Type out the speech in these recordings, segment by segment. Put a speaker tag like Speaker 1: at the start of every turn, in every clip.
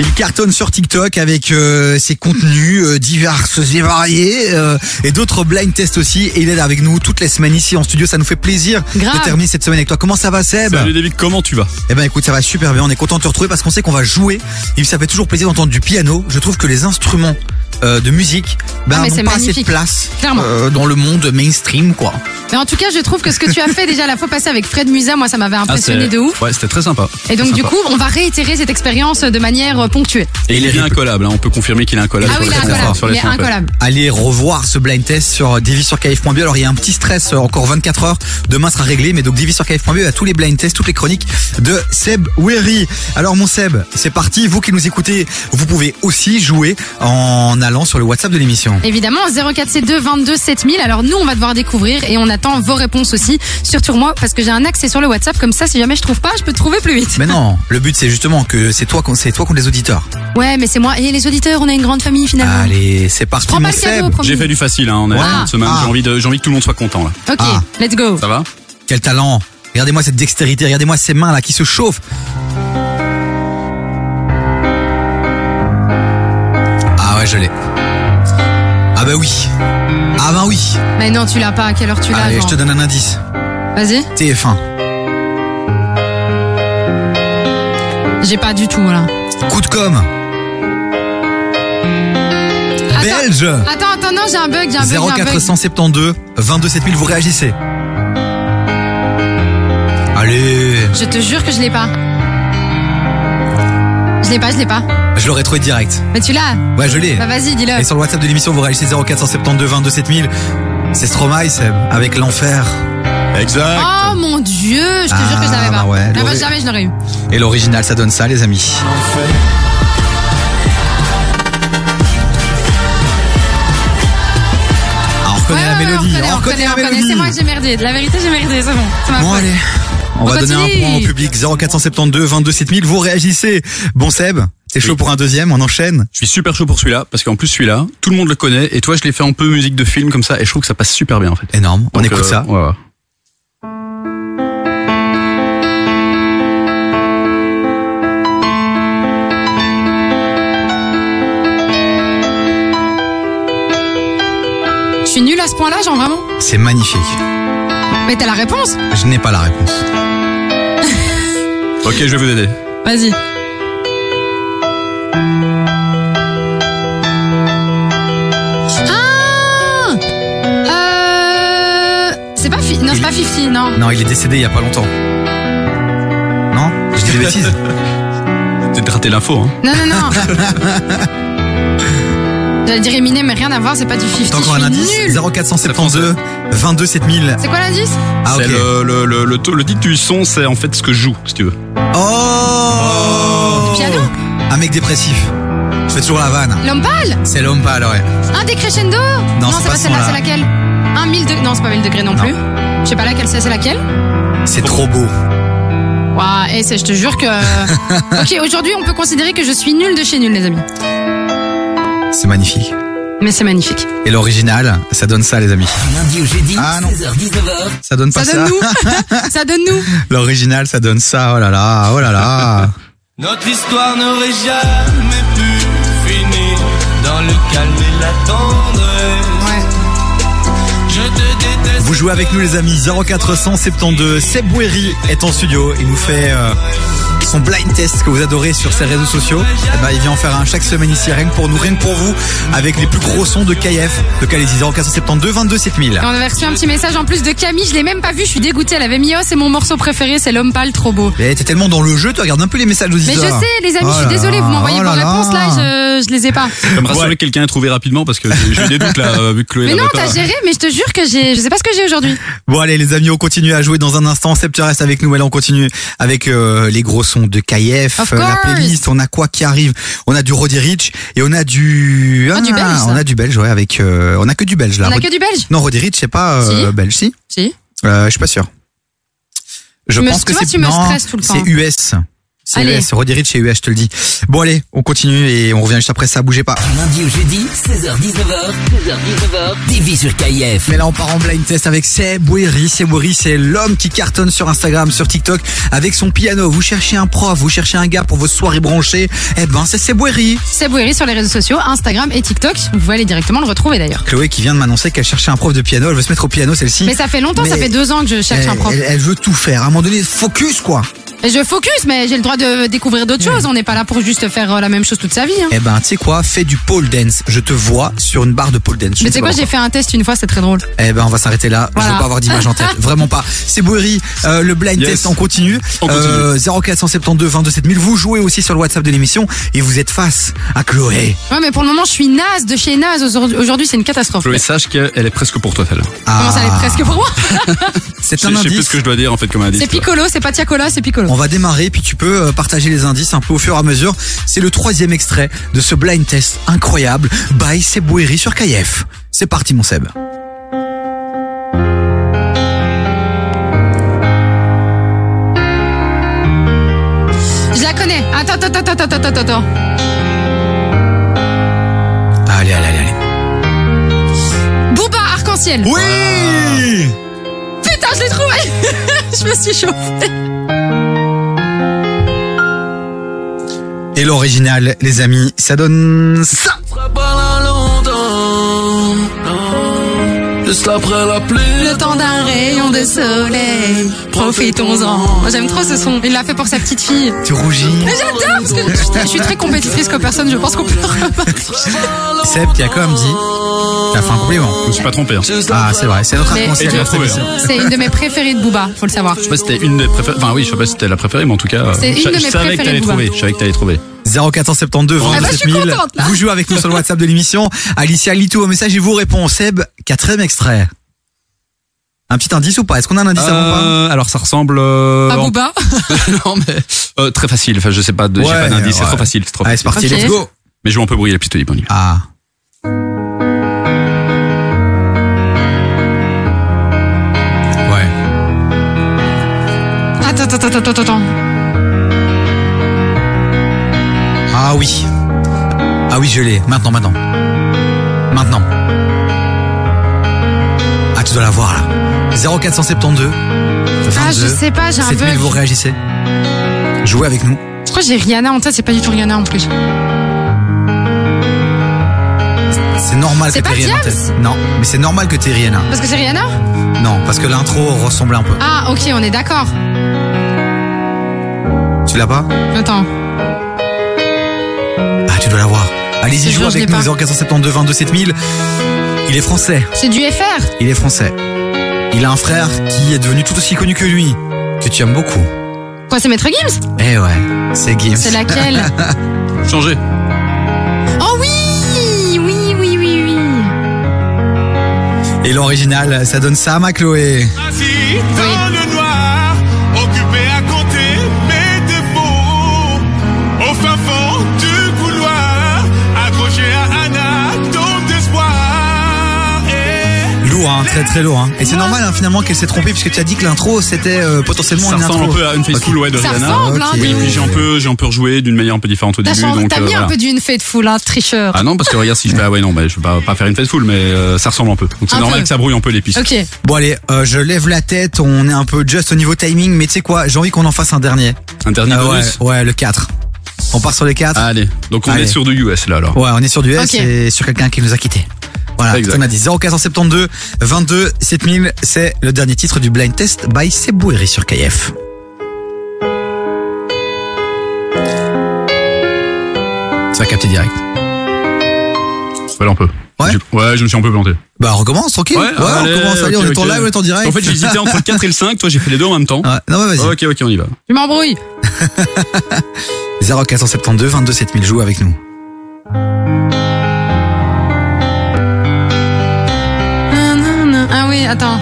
Speaker 1: Il cartonne sur TikTok avec euh, ses contenus euh, divers et variés euh, et d'autres blind tests aussi. Et il est là avec nous toutes les semaines ici en studio. Ça nous fait plaisir
Speaker 2: Grave.
Speaker 1: de terminer cette semaine avec toi. Comment ça va Seb
Speaker 3: Salut David, comment tu vas
Speaker 1: Eh ben écoute, ça va super bien. On est content de te retrouver parce qu'on sait qu'on va jouer. Et ça fait toujours plaisir d'entendre du piano. Je trouve que les instruments euh, de musique ben,
Speaker 2: Ah, mais
Speaker 1: n'ont
Speaker 2: c'est
Speaker 1: pas assez de
Speaker 2: magnifique.
Speaker 1: place
Speaker 2: Clairement.
Speaker 1: euh, dans le monde mainstream quoi.
Speaker 2: Mais en tout cas, je trouve que ce que tu as fait déjà la fois passée avec Fred Musa, moi, ça m'avait impressionné
Speaker 3: Ah, c'est-
Speaker 2: de ouf.
Speaker 3: Ouais, c'était très sympa.
Speaker 2: Et donc,
Speaker 3: Très
Speaker 2: du
Speaker 3: sympa.
Speaker 2: coup, on va réitérer cette expérience de manière euh, ponctuelle.
Speaker 3: Et il est bien incollable, hein, on peut confirmer qu'il est incollable.
Speaker 2: Ah oui,
Speaker 3: sur
Speaker 2: il
Speaker 3: les
Speaker 2: est
Speaker 3: sons,
Speaker 2: incollable.
Speaker 3: sur les
Speaker 2: Il est
Speaker 3: sons, en fait.
Speaker 2: incollable.
Speaker 1: Allez revoir ce blind test sur divisurkf.be. Alors il y a un petit stress euh, encore 24 heures. Demain sera réglé, mais donc divisurkf.be a tous les blind tests, toutes les chroniques de Seb Wery. Alors mon Seb, c'est parti. Vous qui nous écoutez, vous pouvez aussi jouer en allant sur le WhatsApp de l'émission.
Speaker 2: Évidemment, 04C2 22 7000. Alors, nous, on va devoir découvrir et on attend vos réponses aussi. Surtout moi, parce que j'ai un accès sur le WhatsApp. Comme ça, si jamais je trouve pas, je peux trouver plus vite.
Speaker 1: Mais non, le but c'est justement que c'est toi, qu'on- c'est toi contre les auditeurs.
Speaker 2: Ouais, mais c'est moi. Et les auditeurs, on a une grande famille finalement.
Speaker 1: Allez, c'est parti
Speaker 2: Prends
Speaker 1: mon
Speaker 2: pas le
Speaker 1: Seb.
Speaker 2: cadeau, promis.
Speaker 3: J'ai fait du facile, hein, on est
Speaker 2: Ouais.
Speaker 3: cette semaine.
Speaker 1: Ah.
Speaker 3: J'ai envie, de- j'ai envie que tout le monde soit content là.
Speaker 2: Ok,
Speaker 1: Ah.
Speaker 2: let's go.
Speaker 3: Ça va
Speaker 1: Quel talent Regardez-moi cette dextérité, regardez-moi ces mains là qui se chauffent. Ah ouais, je l'ai. Ah bah oui. Ah bah oui.
Speaker 2: Mais non, tu l'as pas. À quelle heure tu l'as
Speaker 1: Allez, je
Speaker 2: genre
Speaker 1: te donne un indice.
Speaker 2: Vas-y.
Speaker 1: TF1.
Speaker 2: J'ai pas du tout, voilà.
Speaker 1: Coup de com. Belge.
Speaker 2: Attends, attends, non, j'ai un bug, j'ai un bug, j'ai un bug.
Speaker 1: 0472 22 7000, vous réagissez. Allez,
Speaker 2: Je te jure que je l'ai pas. Je l'ai pas, je l'ai pas.
Speaker 1: je l'aurais trouvé direct.
Speaker 2: Mais tu l'as
Speaker 1: Ouais, je l'ai.
Speaker 2: Bah vas-y, dis-le.
Speaker 1: Et sur le WhatsApp de l'émission, vous réagissez 0472 22 7000. C'est Stromae, Seb, avec l'enfer.
Speaker 3: Exact.
Speaker 2: Oh mon dieu, je te jure que je l'avais
Speaker 1: Ah,
Speaker 2: pas.
Speaker 1: bah ouais,
Speaker 2: Ah bah,
Speaker 1: l'aurait-
Speaker 2: jamais je l'aurais eu.
Speaker 1: Et l'original, ça donne ça, les amis. Ah, on reconnaît
Speaker 2: Ouais,
Speaker 1: la
Speaker 2: ouais, ouais,
Speaker 1: mélodie.
Speaker 2: on reconnaît, on reconnaît. C'est moi, j'ai merdé. De la vérité, j'ai merdé, c'est bon. C'est ma
Speaker 1: Bon,
Speaker 2: faute.
Speaker 1: allez. On,
Speaker 2: On
Speaker 1: va donner un
Speaker 2: continue.
Speaker 1: point au public. 0472 22 7000. Vous réagissez. Bon, Seb, t'es chaud
Speaker 3: Oui.
Speaker 1: pour un deuxième. On enchaîne.
Speaker 3: Je suis super chaud pour celui-là, parce qu'en plus celui-là, tout le monde le connaît, et toi je l'ai fait un peu musique de film comme ça, et je trouve que ça passe super bien en fait.
Speaker 1: Énorme. On
Speaker 3: Donc,
Speaker 1: écoute
Speaker 3: euh,
Speaker 1: ça.
Speaker 3: ouais, ouais.
Speaker 2: Je suis nulle à ce point-là, genre vraiment.
Speaker 1: C'est magnifique.
Speaker 2: Mais t'as la réponse
Speaker 1: Je n'ai pas la réponse.
Speaker 3: Ok, je vais vous aider.
Speaker 2: Vas-y. Ah Euh, C'est pas fi- Non, c'est pas 50, non.
Speaker 1: Non, il est décédé il y a pas longtemps. Non? Je dis des bêtises.
Speaker 3: T'as raté l'info, hein.
Speaker 2: Non, non, non. J'allais dire Eminem, mais rien à voir, c'est pas du 50.
Speaker 1: T'as encore
Speaker 2: je
Speaker 1: un
Speaker 2: suis
Speaker 1: indice
Speaker 2: nulle.
Speaker 1: 0472 22 7000.
Speaker 2: C'est quoi l'indice
Speaker 1: Ah, ok.
Speaker 3: C'est le, le, le, le, le titre du son, c'est en fait ce que je joue, si tu veux.
Speaker 1: Oh
Speaker 2: Du piano
Speaker 1: Un mec dépressif. Je fais toujours la vanne.
Speaker 2: L'homme pâle
Speaker 1: C'est l'homme pâle, ouais.
Speaker 2: Un décrescendo
Speaker 1: Non, c'est
Speaker 2: c'est
Speaker 1: pas
Speaker 2: pas,
Speaker 1: ce
Speaker 2: celle-là,
Speaker 1: son-là.
Speaker 2: c'est laquelle Un mille degrés. Non, c'est pas mille degrés non,
Speaker 1: Non.
Speaker 2: plus. Je sais pas laquelle c'est, c'est laquelle
Speaker 1: C'est trop beau.
Speaker 2: Waouh, et c'est, je te jure que. ok, aujourd'hui, on peut considérer que je suis nulle de chez nulle, les amis.
Speaker 1: C'est magnifique.
Speaker 2: Mais c'est magnifique.
Speaker 1: Et l'original, ça donne ça, les amis.
Speaker 4: Lundi au jeudi,
Speaker 1: Ah, non.
Speaker 4: 16h-19h.
Speaker 1: Ça donne pas
Speaker 2: Ça
Speaker 1: ça.
Speaker 2: donne nous Ça donne nous
Speaker 1: L'original, ça donne ça. Oh là là, oh là là.
Speaker 5: Notre histoire n'aurait jamais pu finir dans le calme et la tendresse.
Speaker 2: Ouais.
Speaker 5: Je te déteste.
Speaker 1: Vous jouez avec nous, les amis. 0472 Seb Bouéry est en studio. Il nous fait euh, son blind test que vous adorez sur ses réseaux sociaux. Eh ben, il vient en faire un chaque semaine ici, rien que pour nous, rien que pour vous, avec les plus gros sons de KF. De Calaisie 0472 22 7000.
Speaker 2: Et on avait reçu un petit message en plus de Camille, je l'ai même pas vu, je suis dégoûtée, elle avait mis Oh, c'est mon morceau préféré, c'est l'homme pâle, trop beau.
Speaker 1: Mais Eh, t'es tellement dans le jeu, tu regardes un peu les messages
Speaker 2: Mais je
Speaker 1: auditeurs.
Speaker 2: sais, les amis,
Speaker 1: Oh
Speaker 2: je suis
Speaker 1: là
Speaker 2: désolée, vous
Speaker 1: là,
Speaker 2: m'envoyez
Speaker 1: oh
Speaker 2: vos
Speaker 1: là là.
Speaker 2: réponses là, je, je les ai pas.
Speaker 3: Ça me rassurer que quelqu'un ait trouvé rapidement, parce que j'ai eu des doutes là, euh, vu que Chloé
Speaker 2: Mais non,
Speaker 3: l'avait pas.
Speaker 2: t'as géré, mais je te jure que j'ai, je sais pas ce que j'ai aujourd'hui.
Speaker 1: Bon allez les amis, on continue à jouer dans un instant. Seb, tu restes avec nous. Allez, on continue avec euh, les gros sons de KF,
Speaker 2: Of
Speaker 1: euh, la
Speaker 2: course.
Speaker 1: playlist. On a quoi qui arrive On a du Roddy Rich et on a du
Speaker 2: Ah, du belge, ça.
Speaker 1: On a du belge, ouais. Avec euh, on a que du belge là.
Speaker 2: On a
Speaker 1: Roddy-
Speaker 2: que du belge
Speaker 1: Non, Roddy Rich, c'est pas euh,
Speaker 2: Si.
Speaker 1: belge, si.
Speaker 2: Si.
Speaker 1: Euh, je suis pas sûr. Je
Speaker 2: Tu me-
Speaker 1: pense que
Speaker 2: tu vois,
Speaker 1: c'est
Speaker 2: tu me
Speaker 1: non,
Speaker 2: stresses tout le temps.
Speaker 1: C'est US. C'est
Speaker 2: Allez.
Speaker 1: US, redirige chez UH, je te le dis. Bon allez, on continue et on revient juste après ça, bougez pas.
Speaker 4: Du lundi au jeudi, 16h-19h, 16h-19h, TV sur KIF.
Speaker 1: Mais là, on part en blind test avec Seb Ouiri. Seb Ouiri, c'est l'homme qui cartonne sur Instagram, sur TikTok, avec son piano. Vous cherchez un prof, vous cherchez un gars pour vos soirées branchées. Eh ben, c'est Seb Ouiri.
Speaker 2: C'est Bouhiri sur les réseaux sociaux, Instagram et TikTok. Vous pouvez aller directement le retrouver d'ailleurs.
Speaker 1: Chloé qui vient de m'annoncer qu'elle cherchait un prof de piano. Elle veut se mettre au piano, celle-ci.
Speaker 2: Mais ça fait longtemps, ça
Speaker 1: Mais-
Speaker 2: fait deux ans que je cherche
Speaker 1: elle,
Speaker 2: un prof.
Speaker 1: elle- elle veut tout faire. À un moment donné, focus, quoi.
Speaker 2: Et je focus, mais j'ai le droit de découvrir d'autres choses. On n'est pas là pour juste faire euh, la même chose toute sa vie. hein.
Speaker 1: Hmm. Eh ben, tu sais quoi, fais du pole dance. Je te vois sur une barre de pole dance. Je ne
Speaker 2: Mais tu sais
Speaker 1: sais
Speaker 2: quoi,
Speaker 1: pas
Speaker 2: j'ai fait un test une fois, c'est très drôle.
Speaker 1: Eh ben, on va s'arrêter là. Je
Speaker 2: Voilà.
Speaker 1: veux pas avoir d'image en tête. Vraiment pas. C'est Boeri. Euh, le blind
Speaker 3: Yes.
Speaker 1: test, on continue. Euh,
Speaker 3: On continue.
Speaker 1: 0472 22 7000. Vous jouez aussi sur le WhatsApp de l'émission et vous êtes face à Chloé.
Speaker 2: Ouais, mais pour le moment, je suis naze de chez naze. Aujourd'hui, aujourd'hui, c'est une catastrophe.
Speaker 3: Chloé, sache qu'elle est presque pour toi, celle-là.
Speaker 2: Comment ça, elle est
Speaker 1: Ah,
Speaker 2: presque pour moi
Speaker 1: C'est
Speaker 3: Je
Speaker 1: un
Speaker 3: je sais plus
Speaker 1: indice.
Speaker 3: ce que je dois dire en fait comme indice.
Speaker 2: C'est Piccolo, c'est pas Tiacola, c'est Piccolo.
Speaker 1: On va démarrer, puis tu peux euh, partager les indices un peu au fur et à mesure. C'est le troisième extrait de ce blind test incroyable by Seb Boeri sur KF. C'est parti, mon Seb. Oh.
Speaker 2: Je la connais. Attends, attends, attends, attends, attends, attends, attends.
Speaker 1: Allez, allez, allez, allez.
Speaker 2: Booba, arc-en-ciel.
Speaker 1: Oui!
Speaker 2: Putain, je l'ai trouvé Je me suis chauffée.
Speaker 1: Et l'original, les amis, ça donne ça!
Speaker 5: sera pas là longtemps. non. Juste après la pluie.
Speaker 2: Le temps d'un rayon de soleil, profitons-en. Moi, J'aime trop ce son. Il l'a fait pour sa petite fille.
Speaker 1: Tu rougis.
Speaker 2: Mais j'adore parce que je- je suis très compétitrice comme personne, je pense qu'on peut le remarquer.
Speaker 1: Seb qui a quand même dit, t'as fait un compliment.
Speaker 3: Je me suis pas trompé. hein. Je sais
Speaker 1: Ah, c'est vrai, c'est notre
Speaker 2: Mais-
Speaker 1: inconscient.
Speaker 2: Et tu l'as
Speaker 3: trouvé, hein.
Speaker 2: C'est une de mes préférées de Booba, faut le savoir.
Speaker 3: pas si c'était une des préférées. Enfin, oui, je sais pas si c'était la préférée, mais en tout cas, euh,
Speaker 2: C'est une
Speaker 3: je,
Speaker 2: de
Speaker 3: je
Speaker 2: mes
Speaker 3: savais que
Speaker 2: préférées,
Speaker 3: t'allais
Speaker 2: Bouba.
Speaker 3: trouver. Je savais que t'allais trouver.
Speaker 1: 0472
Speaker 2: Ah bah,
Speaker 1: 27
Speaker 2: je suis
Speaker 1: 000.
Speaker 2: contente, là.
Speaker 1: Vous jouez avec nous sur le WhatsApp de l'émission. Alicia Litou au message et vous répond. Seb, quatrième extrait. Un petit indice ou pas Est-ce qu'on a un indice avant ou pas
Speaker 3: Euh, alors, ça ressemble. euh,
Speaker 2: À
Speaker 3: en-
Speaker 2: Ah, Booba
Speaker 3: non, mais euh, très facile. Enfin, je sais pas. de- J'ai
Speaker 1: Ouais,
Speaker 3: pas d'indice.
Speaker 1: ouais.
Speaker 3: C'est trop facile. C'est trop
Speaker 1: Allez, c'est
Speaker 3: facile.
Speaker 1: parti,
Speaker 2: Ok.
Speaker 1: let's go
Speaker 3: Mais je vais un peu brouiller la piste de on y va.
Speaker 1: Ah. Ouais.
Speaker 2: Attends, attends, attends, attends, attends.
Speaker 1: Ah oui. Ah oui, je l'ai. Maintenant, maintenant. Maintenant. Ah, tu dois l'avoir là. 0472
Speaker 2: Ah, je
Speaker 1: 22
Speaker 2: sais pas, j'ai un
Speaker 1: 7000,
Speaker 2: bug.
Speaker 1: vous réagissez. Jouez avec nous.
Speaker 2: Je crois que j'ai Rihanna en tête, c'est pas du tout Rihanna en plus.
Speaker 1: C'est normal
Speaker 2: C'est
Speaker 1: que
Speaker 2: pas
Speaker 1: t'aies rien en
Speaker 2: Diams
Speaker 1: tête. Non, mais c'est normal que t'aies rien. hein.
Speaker 2: Parce que c'est Rihanna
Speaker 1: Non, parce que l'intro ressemblait un peu.
Speaker 2: Ah, ok, on est d'accord. Ah.
Speaker 1: Tu l'as pas
Speaker 2: Attends.
Speaker 1: Ah, tu dois l'avoir. Allez-y,
Speaker 2: Je
Speaker 1: joue
Speaker 2: jure, je
Speaker 1: avec
Speaker 2: l'ai
Speaker 1: nous.
Speaker 2: pas.
Speaker 1: 0472 22 7000. Il est français.
Speaker 2: C'est du FR
Speaker 1: Il est français. Il a un frère qui est devenu tout aussi connu que lui. Que tu aimes beaucoup.
Speaker 2: Quoi, c'est Maître Gims
Speaker 1: Eh ouais, c'est Gims.
Speaker 2: C'est laquelle
Speaker 3: Changer.
Speaker 2: Oh oui Oui, oui, oui, oui.
Speaker 1: Et l'original, ça donne ça à ma Chloé.
Speaker 5: Assis dans le noir, occupé à compter mes défauts. Au fin fond du couloir, accroché à un atome d'espoir. Et
Speaker 1: Lourd, hein, très très lourd. Hein. Et c'est normal hein, finalement qu'elle s'est trompée puisque tu as dit que l'intro c'était euh, potentiellement
Speaker 3: Ça
Speaker 1: une
Speaker 3: ressemble
Speaker 1: intro.
Speaker 3: un peu à une face
Speaker 1: Ok.
Speaker 3: ouais, de
Speaker 2: Ça
Speaker 3: Rihanna.
Speaker 2: ressemble, hein.
Speaker 1: ok.
Speaker 3: Oui, puis j'ai un peu, j'ai un peu rejoué d'une manière un peu différente au
Speaker 2: T'as
Speaker 3: début.
Speaker 2: changé-
Speaker 3: donc,
Speaker 2: T'as
Speaker 3: euh,
Speaker 2: mis un
Speaker 3: voilà.
Speaker 2: peu d'une fête foule, hein, tricheur.
Speaker 3: Ah non, parce que regarde, si je fais, ah ouais, non, bah, je vais pas, pas faire une fête foule, mais euh, ça ressemble un peu. Donc c'est
Speaker 2: Un
Speaker 3: normal
Speaker 2: peu.
Speaker 3: que ça brouille un peu les pistes.
Speaker 2: Ok.
Speaker 1: Bon allez, euh, je lève la tête, on est un peu juste au niveau timing, mais tu sais quoi, j'ai envie qu'on en fasse un dernier.
Speaker 3: Un dernier
Speaker 1: Ah ouais,
Speaker 3: bonus.
Speaker 1: ouais, le 4. On part sur les 4.
Speaker 3: Allez, donc on
Speaker 1: Allez.
Speaker 3: est sur du US là alors.
Speaker 1: Ouais, on est sur du S
Speaker 2: Ok.
Speaker 1: et sur quelqu'un qui nous a quittés. Voilà,
Speaker 3: Exact.
Speaker 1: on a dit 0472 22 7000, c'est le dernier titre du Blind Test by Sebouiri sur KF. Ça a capté direct.
Speaker 3: Voilà un peu.
Speaker 1: Ouais.
Speaker 3: Je- Ouais, je me suis un peu planté.
Speaker 1: Bah on recommence tranquille.
Speaker 3: allez,
Speaker 1: on recommence, allez,
Speaker 3: ok,
Speaker 1: on est en
Speaker 3: ok.
Speaker 1: live, on est en direct.
Speaker 3: En fait, j'hésitais entre le 4 et le 5, toi j'ai fait les deux en même temps.
Speaker 1: Ouais, non mais vas-y.
Speaker 3: Ok, ok, on y va.
Speaker 2: Je m'embrouille.
Speaker 1: 0472 22 7000 joue avec nous.
Speaker 2: Ah, non, non. Ah oui, attends.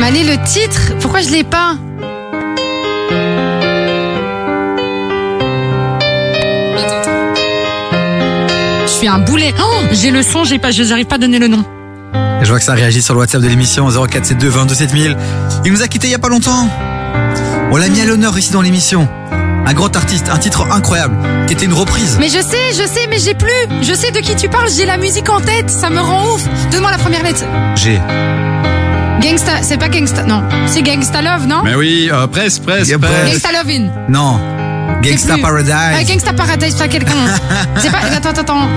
Speaker 2: Mais allez, le titre, pourquoi je l'ai pas Je suis un boulet. Oh, j'ai le son, j'ai pas, je n'arrive pas à donner le nom.
Speaker 1: Je vois que ça réagit sur le WhatsApp de l'émission 0472 22 7000. Il nous a quitté il y a pas longtemps. On l'a mis à l'honneur ici dans l'émission. Un grand artiste, un titre incroyable, qui était une reprise.
Speaker 2: Mais je sais, je sais, mais j'ai plus. Je sais de qui tu parles, j'ai la musique en tête, ça me rend ouf. Donne-moi la première lettre.
Speaker 1: J'ai.
Speaker 2: Gangsta, c'est pas Gangsta, non. C'est Gangsta Love, non
Speaker 3: Mais oui, euh, presse, presse,
Speaker 1: Yeah,
Speaker 3: presse.
Speaker 2: Gangsta Love in.
Speaker 1: Non.
Speaker 2: Je sais
Speaker 1: Gangsta
Speaker 2: plus. Ah,
Speaker 1: Paradise.
Speaker 2: Gangsta Paradise, pas quelqu'un. c'est pas. Attends, attends, attends.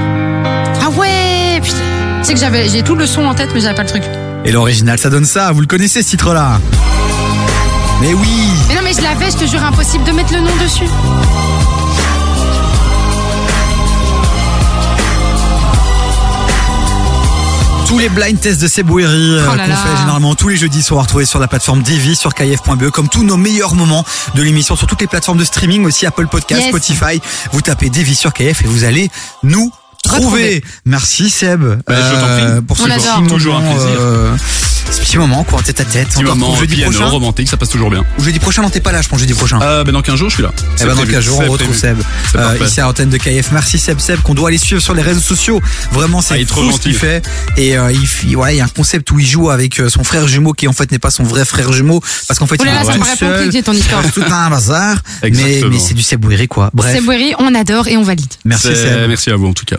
Speaker 2: Ah ouais, putain. C'est que j'avais, j'ai tout le son en tête, mais j'avais pas le truc.
Speaker 1: Et l'original, ça donne ça. Vous le connaissez, ce titre-là. Mais oui.
Speaker 2: Mais non, mais je l'avais, je te jure, impossible de mettre le nom dessus.
Speaker 1: Tous les blind tests de Sebouiri
Speaker 2: Oh là
Speaker 1: qu'on
Speaker 2: là.
Speaker 1: fait généralement tous les jeudis sont à retrouver sur la plateforme Divi, sur kf.be, E, comme tous nos meilleurs moments de l'émission, sur toutes les plateformes de streaming, aussi Apple Podcast,
Speaker 2: Yes.
Speaker 1: Spotify. Vous tapez Divi sur KF et vous allez nous trouver.
Speaker 2: Retrouver.
Speaker 1: Merci Seb
Speaker 3: Bah,
Speaker 1: Euh,
Speaker 3: je t'en prie.
Speaker 1: pour ce
Speaker 2: On
Speaker 1: petit
Speaker 2: adore.
Speaker 1: moment,
Speaker 3: Toujours un plaisir.
Speaker 1: euh, ce petit moment quoi, en tête à tête.
Speaker 3: Petit
Speaker 1: On te
Speaker 3: moment
Speaker 1: retrouve jeudi
Speaker 3: piano,
Speaker 1: prochain.
Speaker 3: romantique, ça passe toujours bien.
Speaker 1: Ou jeudi prochain, non t'es pas là, je pense jeudi prochain.
Speaker 3: Euh, ben dans 15 jours, je suis là.
Speaker 1: Eh
Speaker 3: C'est
Speaker 1: ben dans
Speaker 3: prévu,
Speaker 1: 15 jours,
Speaker 3: c'est
Speaker 1: on retrouve
Speaker 3: prévu.
Speaker 1: Seb
Speaker 3: C'est
Speaker 1: euh,
Speaker 3: parfait.
Speaker 1: ici à l'antenne de KF. Merci Seb, Seb, qu'on doit aller suivre sur les réseaux sociaux. Vraiment,
Speaker 3: Ah,
Speaker 1: c'est
Speaker 3: il est trop
Speaker 1: fou ce qu'il
Speaker 3: gentil.
Speaker 1: fait. Et euh, il, fit- voilà, il y a un concept où il joue avec euh, son frère jumeau qui en fait n'est pas son vrai frère jumeau parce qu'en fait
Speaker 2: Oh là
Speaker 1: il
Speaker 2: là,
Speaker 1: est
Speaker 2: ça
Speaker 1: tout
Speaker 2: me paraît
Speaker 1: seul.
Speaker 2: compliqué ton histoire.
Speaker 1: C'est tout un bazar. mais
Speaker 3: Exactement.
Speaker 1: mais c'est du Seb Bouiri, quoi. Bref,
Speaker 2: C'est Boiri, on adore et on valide.
Speaker 1: merci
Speaker 3: C'est-
Speaker 1: Seb.
Speaker 3: Merci à vous en tout cas.